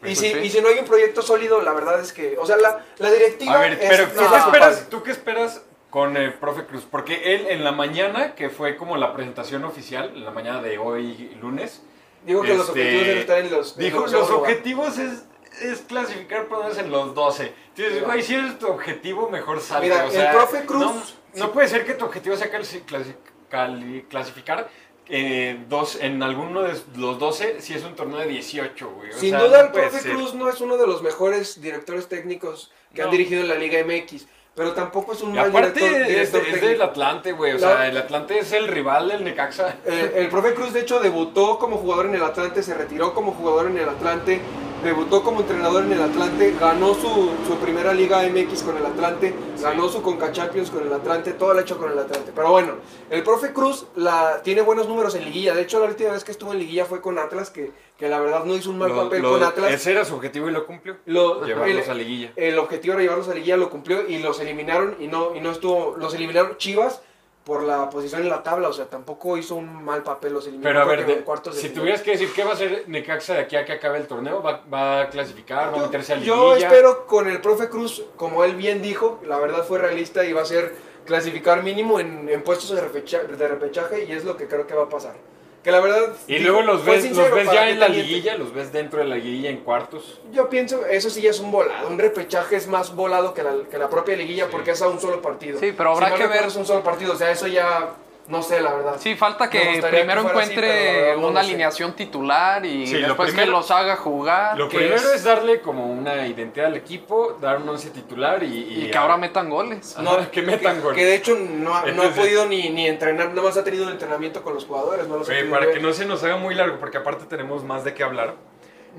Y Pues si, sí. y si no hay un proyecto sólido, la verdad es que, o sea, la, la directiva A ver, es- pero ¿tú, es la qué culpable. esperas, ¿tú qué esperas con el profe Cruz? Porque él en la mañana, que fue como la presentación oficial, en la mañana de hoy lunes, Digo que los Este, objetivos deben estar en los... en dijo, el los segundo lugar". objetivos es, es clasificar por lo menos en los 12. Entonces, Mira. güey, si es tu objetivo, mejor sal. Mira, o sea, el profe Cruz- No, no puede ser que tu objetivo sea clasi- clasi- cali- clasificar eh, dos, en alguno de los 12 si es un torneo de 18, güey. O Sin sea, duda, no el puede profe ser. Cruz no es uno de los mejores directores técnicos que han No. dirigido en la Liga MX, pero tampoco es un Y mal aparte director, es, director es técnico. del Atlante, güey. O La- sea, el Atlante es el rival del Necaxa. Eh, el profe Cruz, de hecho, debutó como jugador en el Atlante, se retiró como jugador en el Atlante, debutó como entrenador en el Atlante, ganó su, su primera Liga MX con el Atlante, ganó su Conca Champions con el Atlante, todo lo ha hecho con el Atlante. Pero bueno, el profe Cruz la, tiene buenos números en Liguilla. De hecho, la última vez que estuvo en Liguilla fue con Atlas, que, que la verdad no hizo un mal Lo- papel lo- con Atlas. Ese era su objetivo y lo cumplió. Lo- el- Llevarlos a liguilla. el objetivo era llevarlos a liguilla lo cumplió y los eliminaron y no y no estuvo los eliminaron Chivas por la posición en la tabla o sea tampoco hizo un mal papel los Pero a eliminaron ver, creo que de- en cuartos de si final. tuvieras que decir qué va a hacer Necaxa de aquí a que acabe el torneo, va, va a clasificar, va a meterse a yo, liguilla. yo espero con el profe Cruz como él bien dijo la verdad fue realista y va a ser clasificar mínimo en, en puestos de, repecha- de repechaje y es lo que creo que va a pasar que la verdad Y digo, luego los fue ves, sincero, los ves ¿para ya qué en la te miento? liguilla, los ves dentro de la liguilla en cuartos. yo pienso eso sí ya es un volado un repechaje es más volado que la, que la propia liguilla Sí. porque es a un solo partido Sí, pero habrá Si mal que recuerdo, ver- es un solo partido o sea eso ya no sé la verdad Sí, falta Me que gustaría primero que fuera así, pero la encuentre verdad no una lo sé. alineación titular y Sí, lo después que primero- los haga Ah, jugar. Lo que primero es... es- darle como una identidad al equipo, dar un once titular y... Y que ahora metan goles. Ajá, que metan gol. Que de hecho no ha, no ha Entonces- podido ni, ni entrenar, nada más ha tenido entrenamiento con los jugadores. No los ha Oye, podido para ver. que no se nos haga muy largo, porque aparte tenemos más de qué hablar,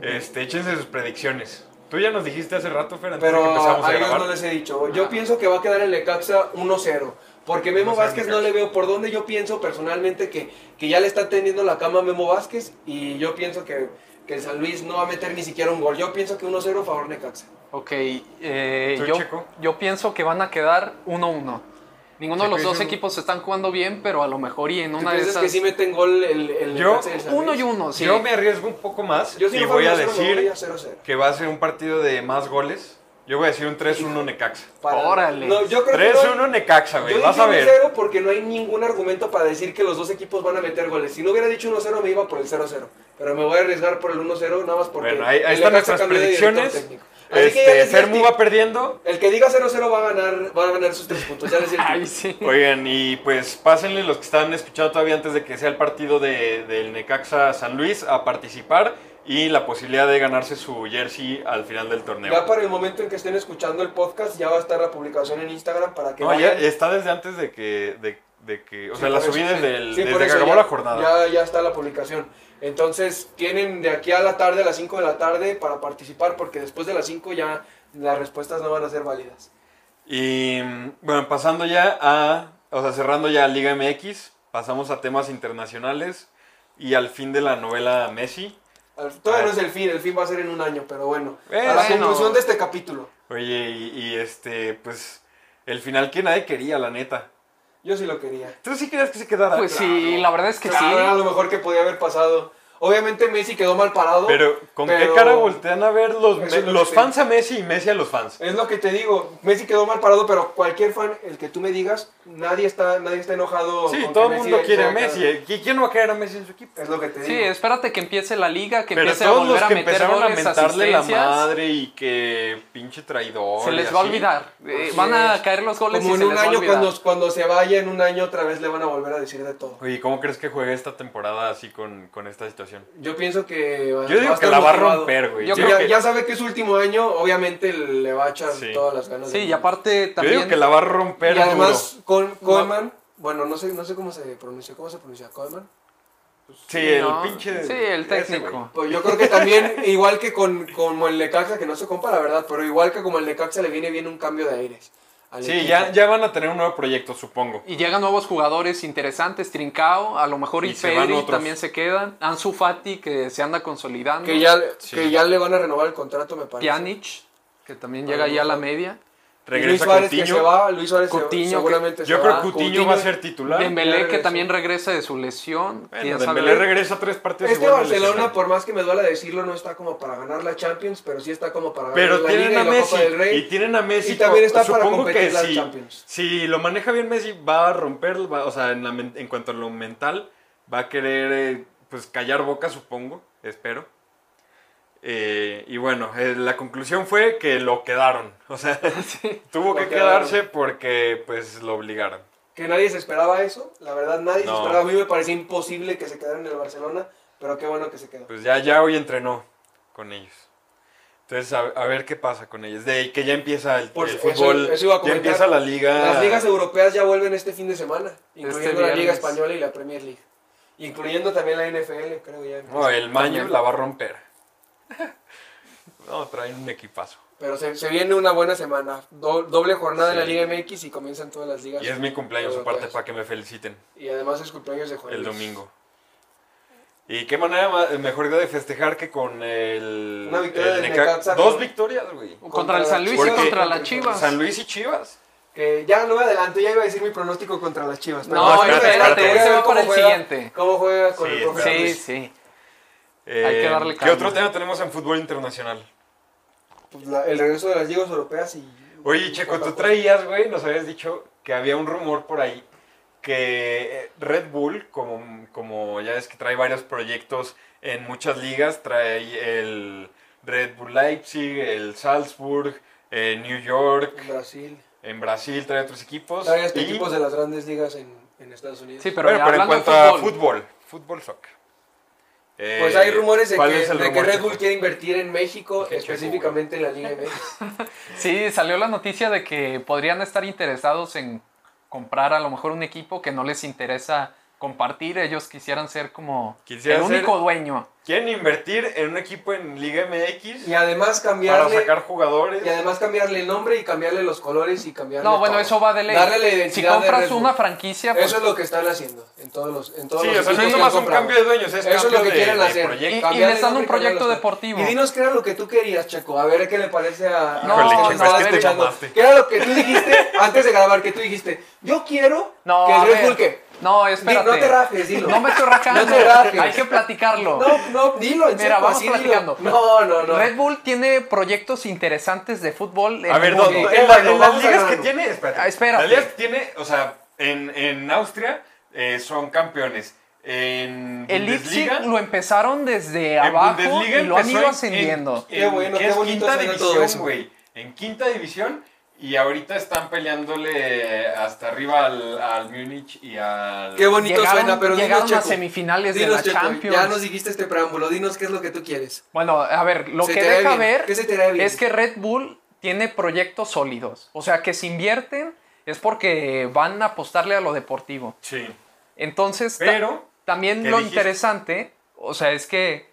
este, échense sus predicciones. Tú ya nos dijiste hace rato, Fer, antes de que Pero empezamos a a ellos grabar. no les he dicho. Yo pienso que va a quedar el Necaxa 1-0. Porque Memo 1-0 Vázquez no Necaxa. le veo por dónde. Yo pienso personalmente que, que ya le está tendiendo la cama a Memo Vázquez. Y yo pienso que, que el San Luis no va a meter ni siquiera un gol. Yo pienso que 1-0 favor Necaxa. Ok, eh, ¿Tú, yo, Checo? yo pienso que van a quedar 1-1. Ninguno Checo de los dice dos uno. equipos están jugando bien, pero a lo mejor y en ¿Tú una de piensas esas... que sí meten gol el, el Yo, Necaxa y el San Uno Luis? y uno, sí. Yo me arriesgo un poco más Yo sí y voy a decir 0-0. que va a ser un partido de más goles. Yo voy a decir un 3-1 Necaxa. Para- Órale. No, yo creo que no- 3-1 Necaxa, güey. Yo Vas dije a ver. 1-0 porque no hay ningún argumento para decir que los dos equipos van a meter goles. Si no hubiera dicho 1-0 me iba por el 0-0. Pero me voy a arriesgar por el 1-0 nada más porque... Bueno, ahí, ahí el están Necaxa nuestras cambió de director predicciones. técnico. Así que ya Este, les Fermu di- va perdiendo. El que diga 0-0 va a ganar, va a ganar sus tres puntos. Ya les di el Ay, tip. sí. Oigan, y pues pásenle los que están escuchando todavía antes de que sea el partido de, del Necaxa San Luis a participar y la posibilidad de ganarse su jersey al final del torneo. Ya para el momento en que estén escuchando el podcast ya va a estar la publicación en Instagram para que No, ya vayan. está desde antes de que. De, de que o Sí, sea, la por subí eso, sí. desde, el- Sí, por desde que eso acabó ya- la jornada. Ya, ya está la publicación. Entonces, tienen de aquí a la tarde, a las 5 de la tarde, para participar, porque después de las 5 ya las respuestas no van a ser válidas. Y mm, bueno, pasando ya a, o sea, cerrando ya Liga MX, pasamos a temas internacionales y al fin de la novela Messi. Al- Todavía Ah. no es el fin, el fin va a ser en un año, pero bueno. Eh, a la bueno. conclusión de este capítulo. Oye, y, y, este, pues el final que nadie quería, la neta. Yo sí lo quería. ¿Tú sí querías que se quedara? Pues sí, la verdad es que Claro, sí. Era lo mejor que podía haber pasado. Obviamente Messi quedó mal parado. Pero, ¿con pero- qué cara voltean a ver los, Eso me- es lo que los te- fans a Messi y Messi a los fans? Es lo que te digo, Messi quedó mal parado, pero cualquier fan, el que tú me digas, nadie está, nadie está enojado. Sí, con todo que el Messi mundo quiere a haya quedado- Messi. ¿eh? ¿Qui- ¿Quién no va a querer a Messi en su equipo? Es lo que te Sí, digo. espérate que empiece la liga, que Pero empiece a todos volver los a que meter empezaron a goles, mentarle la asistencias, madre y que pinche traidor. se y les va a así. olvidar. Eh, Así van a es. caer los goles Como y en se un les va a año, olvidar. cuando, cuando se vaya en un año, otra vez le van a volver a decir de todo. Oye, ¿cómo crees que juegue esta temporada así con, con esta situación? Yo pienso que. Yo va- va a digo que estar la va a motivado. romper, güey. Yo, Yo creo digo Ya, que- ya sabe que es su último año, obviamente le va a echar Sí. todas las ganas. Sí, del y mundo. aparte yo digo también... que la va a romper. y además, duro. Col- Coleman, bueno, no sé, no sé cómo se pronuncia, ¿cómo se pronuncia? Coleman. Sí, el ¿no? pinche. Sí, el ese, güey. técnico. Pues yo creo que también, igual que con como el Necaxa, que no se compara, ¿verdad? Pero igual que como el Necaxa le viene bien un cambio de aires. al Sí, equipo. ya, ya van a tener un nuevo proyecto, supongo. Y llegan nuevos jugadores interesantes, Trincao, a lo mejor Y y se van Pedri otros. también se quedan, Ansu Fati que se anda consolidando, Que ya, Sí. que ya le van a renovar el contrato, me parece. Pjanic, que también A llega lo ya a la mejor. media, Y Regresa Luis Suárez que se Coutinho. va, Luis Suárez se- Coutinho, seguramente se Yo va. creo que Coutinho, va a ser titular. ya Dembélé que regresó. también regresa de su lesión, Bueno, quién Dembélé sabe. regresa tres partidos. Este y vuelve Barcelona, lesionado. por más que me duela decirlo, no está como para ganar la Champions, pero sí está como para Pero ganar la tienen Liga a y la Messi. Copa del Rey. Y tienen a Messi. Y también está para supongo que competir la si, Champions. si lo maneja bien Messi, va a romper, va- o sea, en, la men- en cuanto a lo mental, va a querer, eh, pues, callar boca, supongo, espero. Eh, y bueno, eh, la conclusión fue que lo quedaron. O sea, Sí. tuvo Lo que quedaron. quedarse porque, pues, lo obligaron. Que nadie se esperaba eso, la verdad nadie No. se esperaba. A mí me parecía imposible que se quedara en el Barcelona, pero qué bueno que se quedó. Pues ya, ya hoy entrenó con ellos. Entonces, a, a ver qué pasa con ellos. De ahí que ya empieza el, Por el eso- fútbol, eso iba a ya comentar. empieza la liga. Las ligas europeas ya vuelven este fin de semana, incluyendo la Liga viernes. Española y la Premier League. Incluyendo también la NFL, creo ya. No, el Maño También. la va a romper. No, traen un equipazo. Pero se, se viene una buena semana. Do- doble jornada en la Sí. Liga MX y comienzan todas las ligas. Y es mi cumpleaños, aparte, europeas. para que me feliciten Y además es cumpleaños de Juan el Luis. domingo. Y qué manera ma- mejor día de festejar que con el. Una victoria el del Neca- Necaxa Dos con- victorias, güey. Contra el San Luis y Porque- contra la Chivas. San Luis y Chivas. Que Eh, ya no me adelanto, ya iba a decir mi pronóstico contra las Chivas. pero No, espérate, espérate, Voy a ese ver va cómo para el juega- siguiente. ¿Cómo juega con Sí, el profe? espérate. Sí, Luis. sí. Eh, que darle ¿Qué calma. otro tema tenemos en fútbol internacional? Pues la- el regreso de las ligas europeas y... Oye, Checo, tú traías, güey, nos habías dicho que había un rumor por ahí que eh, Red Bull, como, como ya ves que trae varios proyectos en muchas ligas, trae el Red Bull Leipzig, el Salzburg, eh, New York, En Brasil. en Brasil trae otros equipos. Hay hasta y- equipos de las grandes ligas en, en Estados Unidos. Sí, pero, bueno, ya pero en hablando de cuanto a fútbol, fútbol, fútbol soccer. Eh, pues hay rumores de que, ¿cuál es el de que rumor, Red Checo? Bull quiere invertir en México, Qué checo, específicamente en la Liga MX. Sí, salió la noticia de que podrían estar interesados en comprar a lo mejor un equipo que no les interesa compartir, ellos quisieran ser como Quisieran el ser- único dueño. Quieren invertir en un equipo en Liga MX Y además para cambiarle... sacar jugadores. Y además cambiarle el nombre y cambiarle los colores y cambiarle No, bueno, todo. eso va de ley. Darle la si identidad de compras Red Bull. una franquicia, pues, Eso es lo que están haciendo en todos los en todos Sí, los o sea, no equipos es que nomás han un comprado. cambio de dueños, es Eso es cambio lo que de- quieren de hacer. y, proyecto. y cambiarle les dan nombre un y cambiarle proyecto los- deportivo. Y dinos qué era lo que tú querías, Checo. A ver qué le parece a. No, a los Híjole, que nos Checo, estaban es que te escuchando. mamaste. ¿Qué era lo que tú dijiste antes de grabar? Que tú dijiste, yo quiero No, que a el Red ver. Bull que. No, Di- espérate. No te rajes, dilo. No me estoy rajando. No te rajes. Hay que platicarlo. No, no, dilo, en Mira, serio, vamos así dilo. platicando. No, no, no. Red Bull tiene proyectos interesantes de fútbol. en A ver, el no, mundo. Muy no, bien. en, la- Bueno, en las vamos a ligas que ganar. tiene, espérate, Ah, espérate. Las ligas que tiene, o sea, en, en Austria eh, son campeones. En El Leipzig Bundesliga, lo empezaron desde en abajo Bundesliga y lo han empezó ido en- ascendiendo. En, Qué bueno, que qué es bonito quinta suena todo división, eso. güey. En quinta división y ahorita están peleándole hasta arriba al, al Múnich y al... Qué bonito llegaron suena, pero llegaron dinos, a Checo. semifinales de Dinos, la Checo, Champions. Ya nos dijiste este preámbulo, dinos qué es lo que tú quieres. Bueno, a ver, lo Se que te ve deja bien. ver ¿Qué se te ve bien? es que Red Bull tiene proyectos sólidos. O sea, que si invierten es porque van a apostarle a lo deportivo. Sí, Entonces, ta- pero... también ¿Qué lo dijiste? interesante, o sea, es que,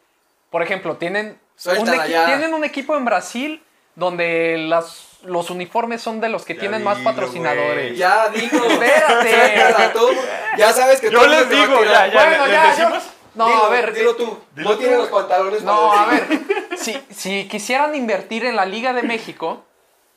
por ejemplo, tienen, un, Suéltala equi- ya. tienen un equipo en Brasil donde las, los uniformes son de los que Ya tienen más dilo, patrocinadores. güey. Ya, dilo. Espérate. Suéltala, tú. Ya sabes que Yo todo el les mundo te va a digo, ya, tirar. ya, Bueno, ¿les ya, yo- decimos? No, Dilo, a ver, Dilo tú. dilo no tú. tienes los pantalones para No, a decirlo. ver, si, si quisieran invertir en la Liga de México,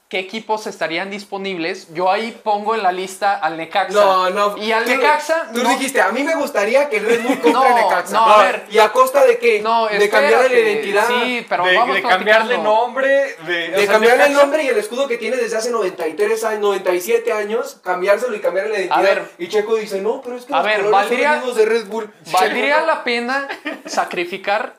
qué equipos estarían disponibles, yo ahí pongo en la lista al Necaxa. No, no. Y al tú- Necaxa. Tú no- dijiste, a mí me gustaría que el Red Bull compre No, Necaxa. Ah, no, a ver. ¿Y a costa de qué? No, de cambiarle la espérate. identidad. Sí, pero de, vamos de cambiarle platicando. nombre, de, o De sea, cambiarle el Necaxa- nombre y el escudo que tiene desde hace 93 años, 97 años, cambiárselo y cambiarle la identidad. A ver. y Checo dice, no, pero es que A los ver, colores son valdría- los mismos de Red Bull. ¿Valdría la pena sacrificar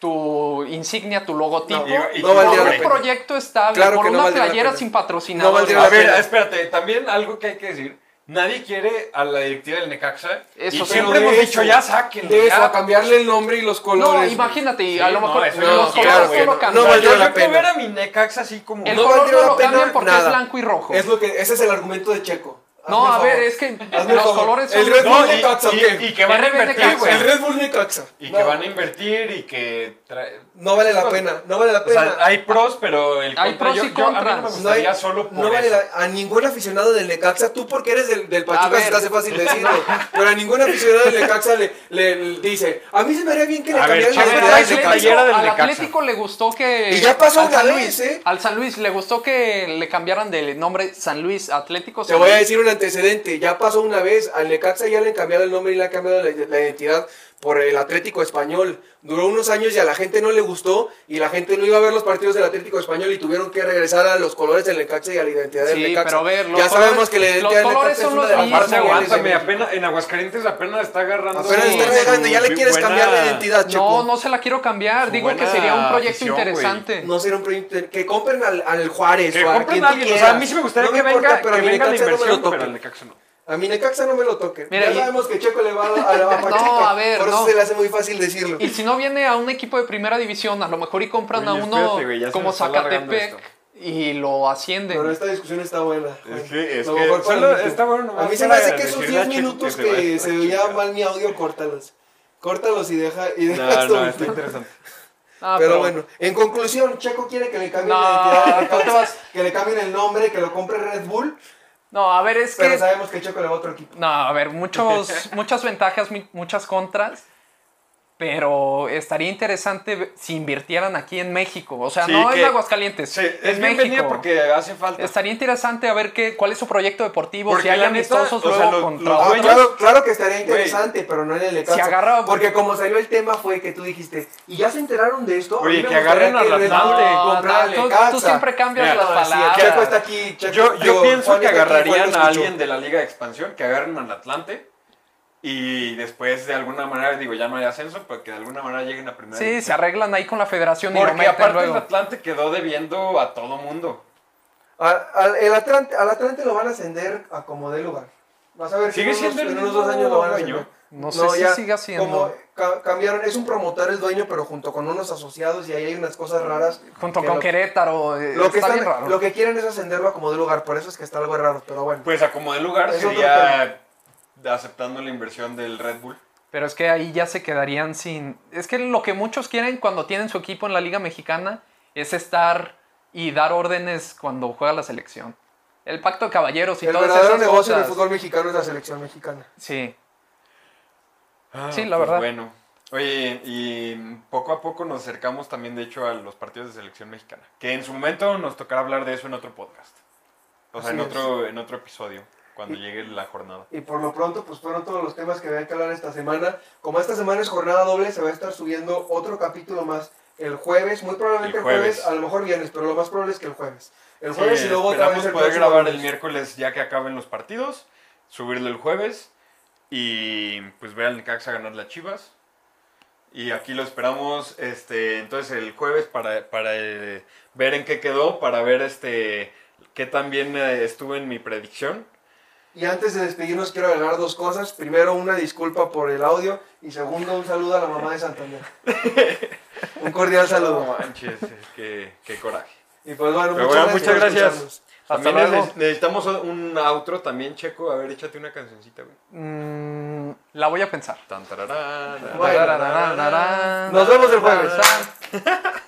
tu insignia, tu logotipo? No, Y- y- por no valdría la un hombre. pena. proyecto estable, Claro por que no una valdría la playera pena. sin patrocinador. No valdría la A ver, pena. espérate, también algo que hay que decir. Nadie quiere a la directiva del Necaxa. Eso y sí. siempre Pero hemos de dicho, eso, ya sáquenlo. De eso, ya. a cambiarle el nombre y los No, colores. imagínate, y Sí, a lo no, mejor eso no, los claro, colores güey, solo no cambian. Yo- valdría yo la quiero pena. ver a mi Necaxa así como... el no color valdría no la lo pena cambian porque es nada. blanco y rojo. Es lo que, ese es el argumento de Checo. No, Hazme a el ver, favor. es que Hazme el los favor. colores El son Red blancos. No, Bull y, Necaxa, y- ¿qué? y que van a RB invertir, Necaxa. güey. El Red Bull Necaxa. Y No, que van a invertir y que... trae- No vale la pena, no vale la O pena. sea, hay pros, pero el Hay contra- pros y yo- yo- A mí no me contras. No hay- gustaría solo por no vale eso. la- a ningún aficionado del Necaxa, tú porque eres del, del A Pachuca ver. se te hace fácil decirlo, pero a ningún aficionado del Necaxa le, le- le dice, a mí se me haría bien que le A ver, cambiaran la Checo, A ver, identidad traes al del el Necaxa. playera del Atlético, al Necaxa. Atlético le gustó que. Y ya pasó al una San vez, Luis, ¿eh? Al San Luis le gustó que le cambiaran de nombre San Luis Atlético. Te San voy a Luis. decir un antecedente, ya pasó una vez, al Necaxa ya le cambiaron el nombre y le han cambiado la, la identidad por el Atlético Español. Duró unos años y a la gente no le gustó y la gente no iba a ver los partidos del Atlético Español y tuvieron que regresar a los colores del Necaxa y a la identidad del Sí, Necaxa. pero a ver, los ya colores- sabemos que la los identidad del colores Necaxa son es una los de las mismos. más Aparte, Sí, geniales aguántame, de- apenas, en Aguascalientes apenas está agarrando... Apenas está su- llegando, ya le su quieres buena- cambiar la identidad, No, Checo. no se la quiero cambiar. Su Digo que buena sería un proyecto afición, güey. interesante. No será un proyecto. Que compren al, al Juárez. Que o compren quien a tú alguien, Eh, o sea, quieras. a mí sí me gustaría No que venga, importa, pero que a mi venga la Necaxa no me inversión, lo pero al toquen. Necaxa no. A mi Necaxa no me lo toquen. Mira, ya y- sabemos que Checo le va a, a la Pachuca. No, a ver, Por eso no. se le hace muy fácil decirlo. Y si no viene a un equipo de primera división, a lo mejor y compran Oye, a uno espérate, güey, ya se como me está alargando Zacatepec y lo ascienden. Pero este- esta discusión está buena. Es que- es Lo que mejor para solo mí, Checo. está bueno nomás A mí se me para hace que esos decirle a 10 Checo minutos que se vaya que a se la veía chingada. mal mi audio, córtalos. Córtalos y deja. Y deja No, esto. no, está interesante. Ah, pero bueno, en conclusión, Checo quiere que le cambien No, la identidad al tú te Necaxa, vas- que le cambien el nombre, que lo compre Red Bull, No, a ver, es que. pero sabemos que Checo le va a otro equipo. No, a ver, muchos, muchas ventajas, mi- muchas contras. Pero estaría interesante ve- si invirtieran aquí en México. O sea, Sí, no en que- Aguascalientes. Sí, en es bienvenida porque hace falta. Estaría interesante a ver qué, cuál es su proyecto deportivo. Porque si hay la neta, amistosos o sea, luego lo- contra los Ah, dueños- claro, claro que estaría interesante, pero no en el Necaxa. Si agarra- Porque como salió el tema fue que tú dijiste, y ya se enteraron de esto. Oye, A mí me que agarren gustaría a que Red Ratnal Bull de- No, comprara no, Ah, tú- Necaxa". tú siempre cambias Mira, pues, las No, sí, palabras. Checo está aquí. Checo- Yo, yo digo, pienso Juan que está aquí, Juan agarrarían lo a escuchó. alguien de la Liga de Expansión, que agarren al Atlante y después de alguna manera, digo, ya no hay ascenso, pero que de alguna manera lleguen a primera. Sí, división. se arreglan ahí con la federación y lo Porque meten aparte el luego. Atlante quedó debiendo a todo mundo. Al, al- el Atlante, al Atlante lo van a ascender a como de lugar. Vas a ver Sigue en unos- siendo el en unos mismo dos años lo van a dueño. ascender. No sé si siga siendo. Como ca- cambiaron, es un promotor el dueño, pero junto con unos asociados y ahí hay unas cosas raras. Junto que con lo- Querétaro. eh, Lo que, está están- bien raro. lo que quieren es ascenderlo a como de lugar, por eso es que está algo raro, pero bueno. Pues a como de lugar Es otro sería aceptando la inversión del Red Bull. Pero es que ahí ya se quedarían sin... Es que lo que muchos quieren cuando tienen su equipo en la Liga Mexicana es estar y dar órdenes cuando juega la selección. El pacto de caballeros y el todas verdadero esas negocio del cosas. fútbol mexicano es la selección mexicana. Sí. Ah, Sí, la verdad. Bueno. Oye, y poco a poco nos acercamos también, de hecho, a los partidos de selección mexicana. Que en su momento nos tocará hablar de eso en otro podcast. O sea, en Así es. otro, en otro episodio, cuando llegue la jornada. Y por lo pronto, pues fueron todos los temas que había que hablar esta semana. Como esta semana es jornada doble, se va a estar subiendo otro capítulo más el jueves, muy probablemente El el jueves. jueves, a lo mejor viernes, pero lo más probable es que el jueves. El Sí, jueves y luego otra esperamos vez el poder próximo grabar el lunes. miércoles ya que acaben los partidos, subirlo el jueves y pues ver al Necaxa ganar las Chivas. Y aquí lo esperamos este entonces el jueves para, para eh, ver en qué quedó, para ver este qué tan bien eh, estuve en mi predicción. Y antes de despedirnos, quiero agregar dos cosas. Primero, una disculpa por el audio. Y segundo, un saludo a la mamá de Santander. un cordial No saludo. manches, es que qué coraje. Y pues bueno, Pero bueno, muchas gracias. muchas por gracias. escucharnos. Hasta También luego. neces- necesitamos un outro también, Checo. A ver, échate una cancioncita, güey. Mm, la voy a pensar. Tan, tararán, Bueno. tararán, tararán. Nos vemos el jueves.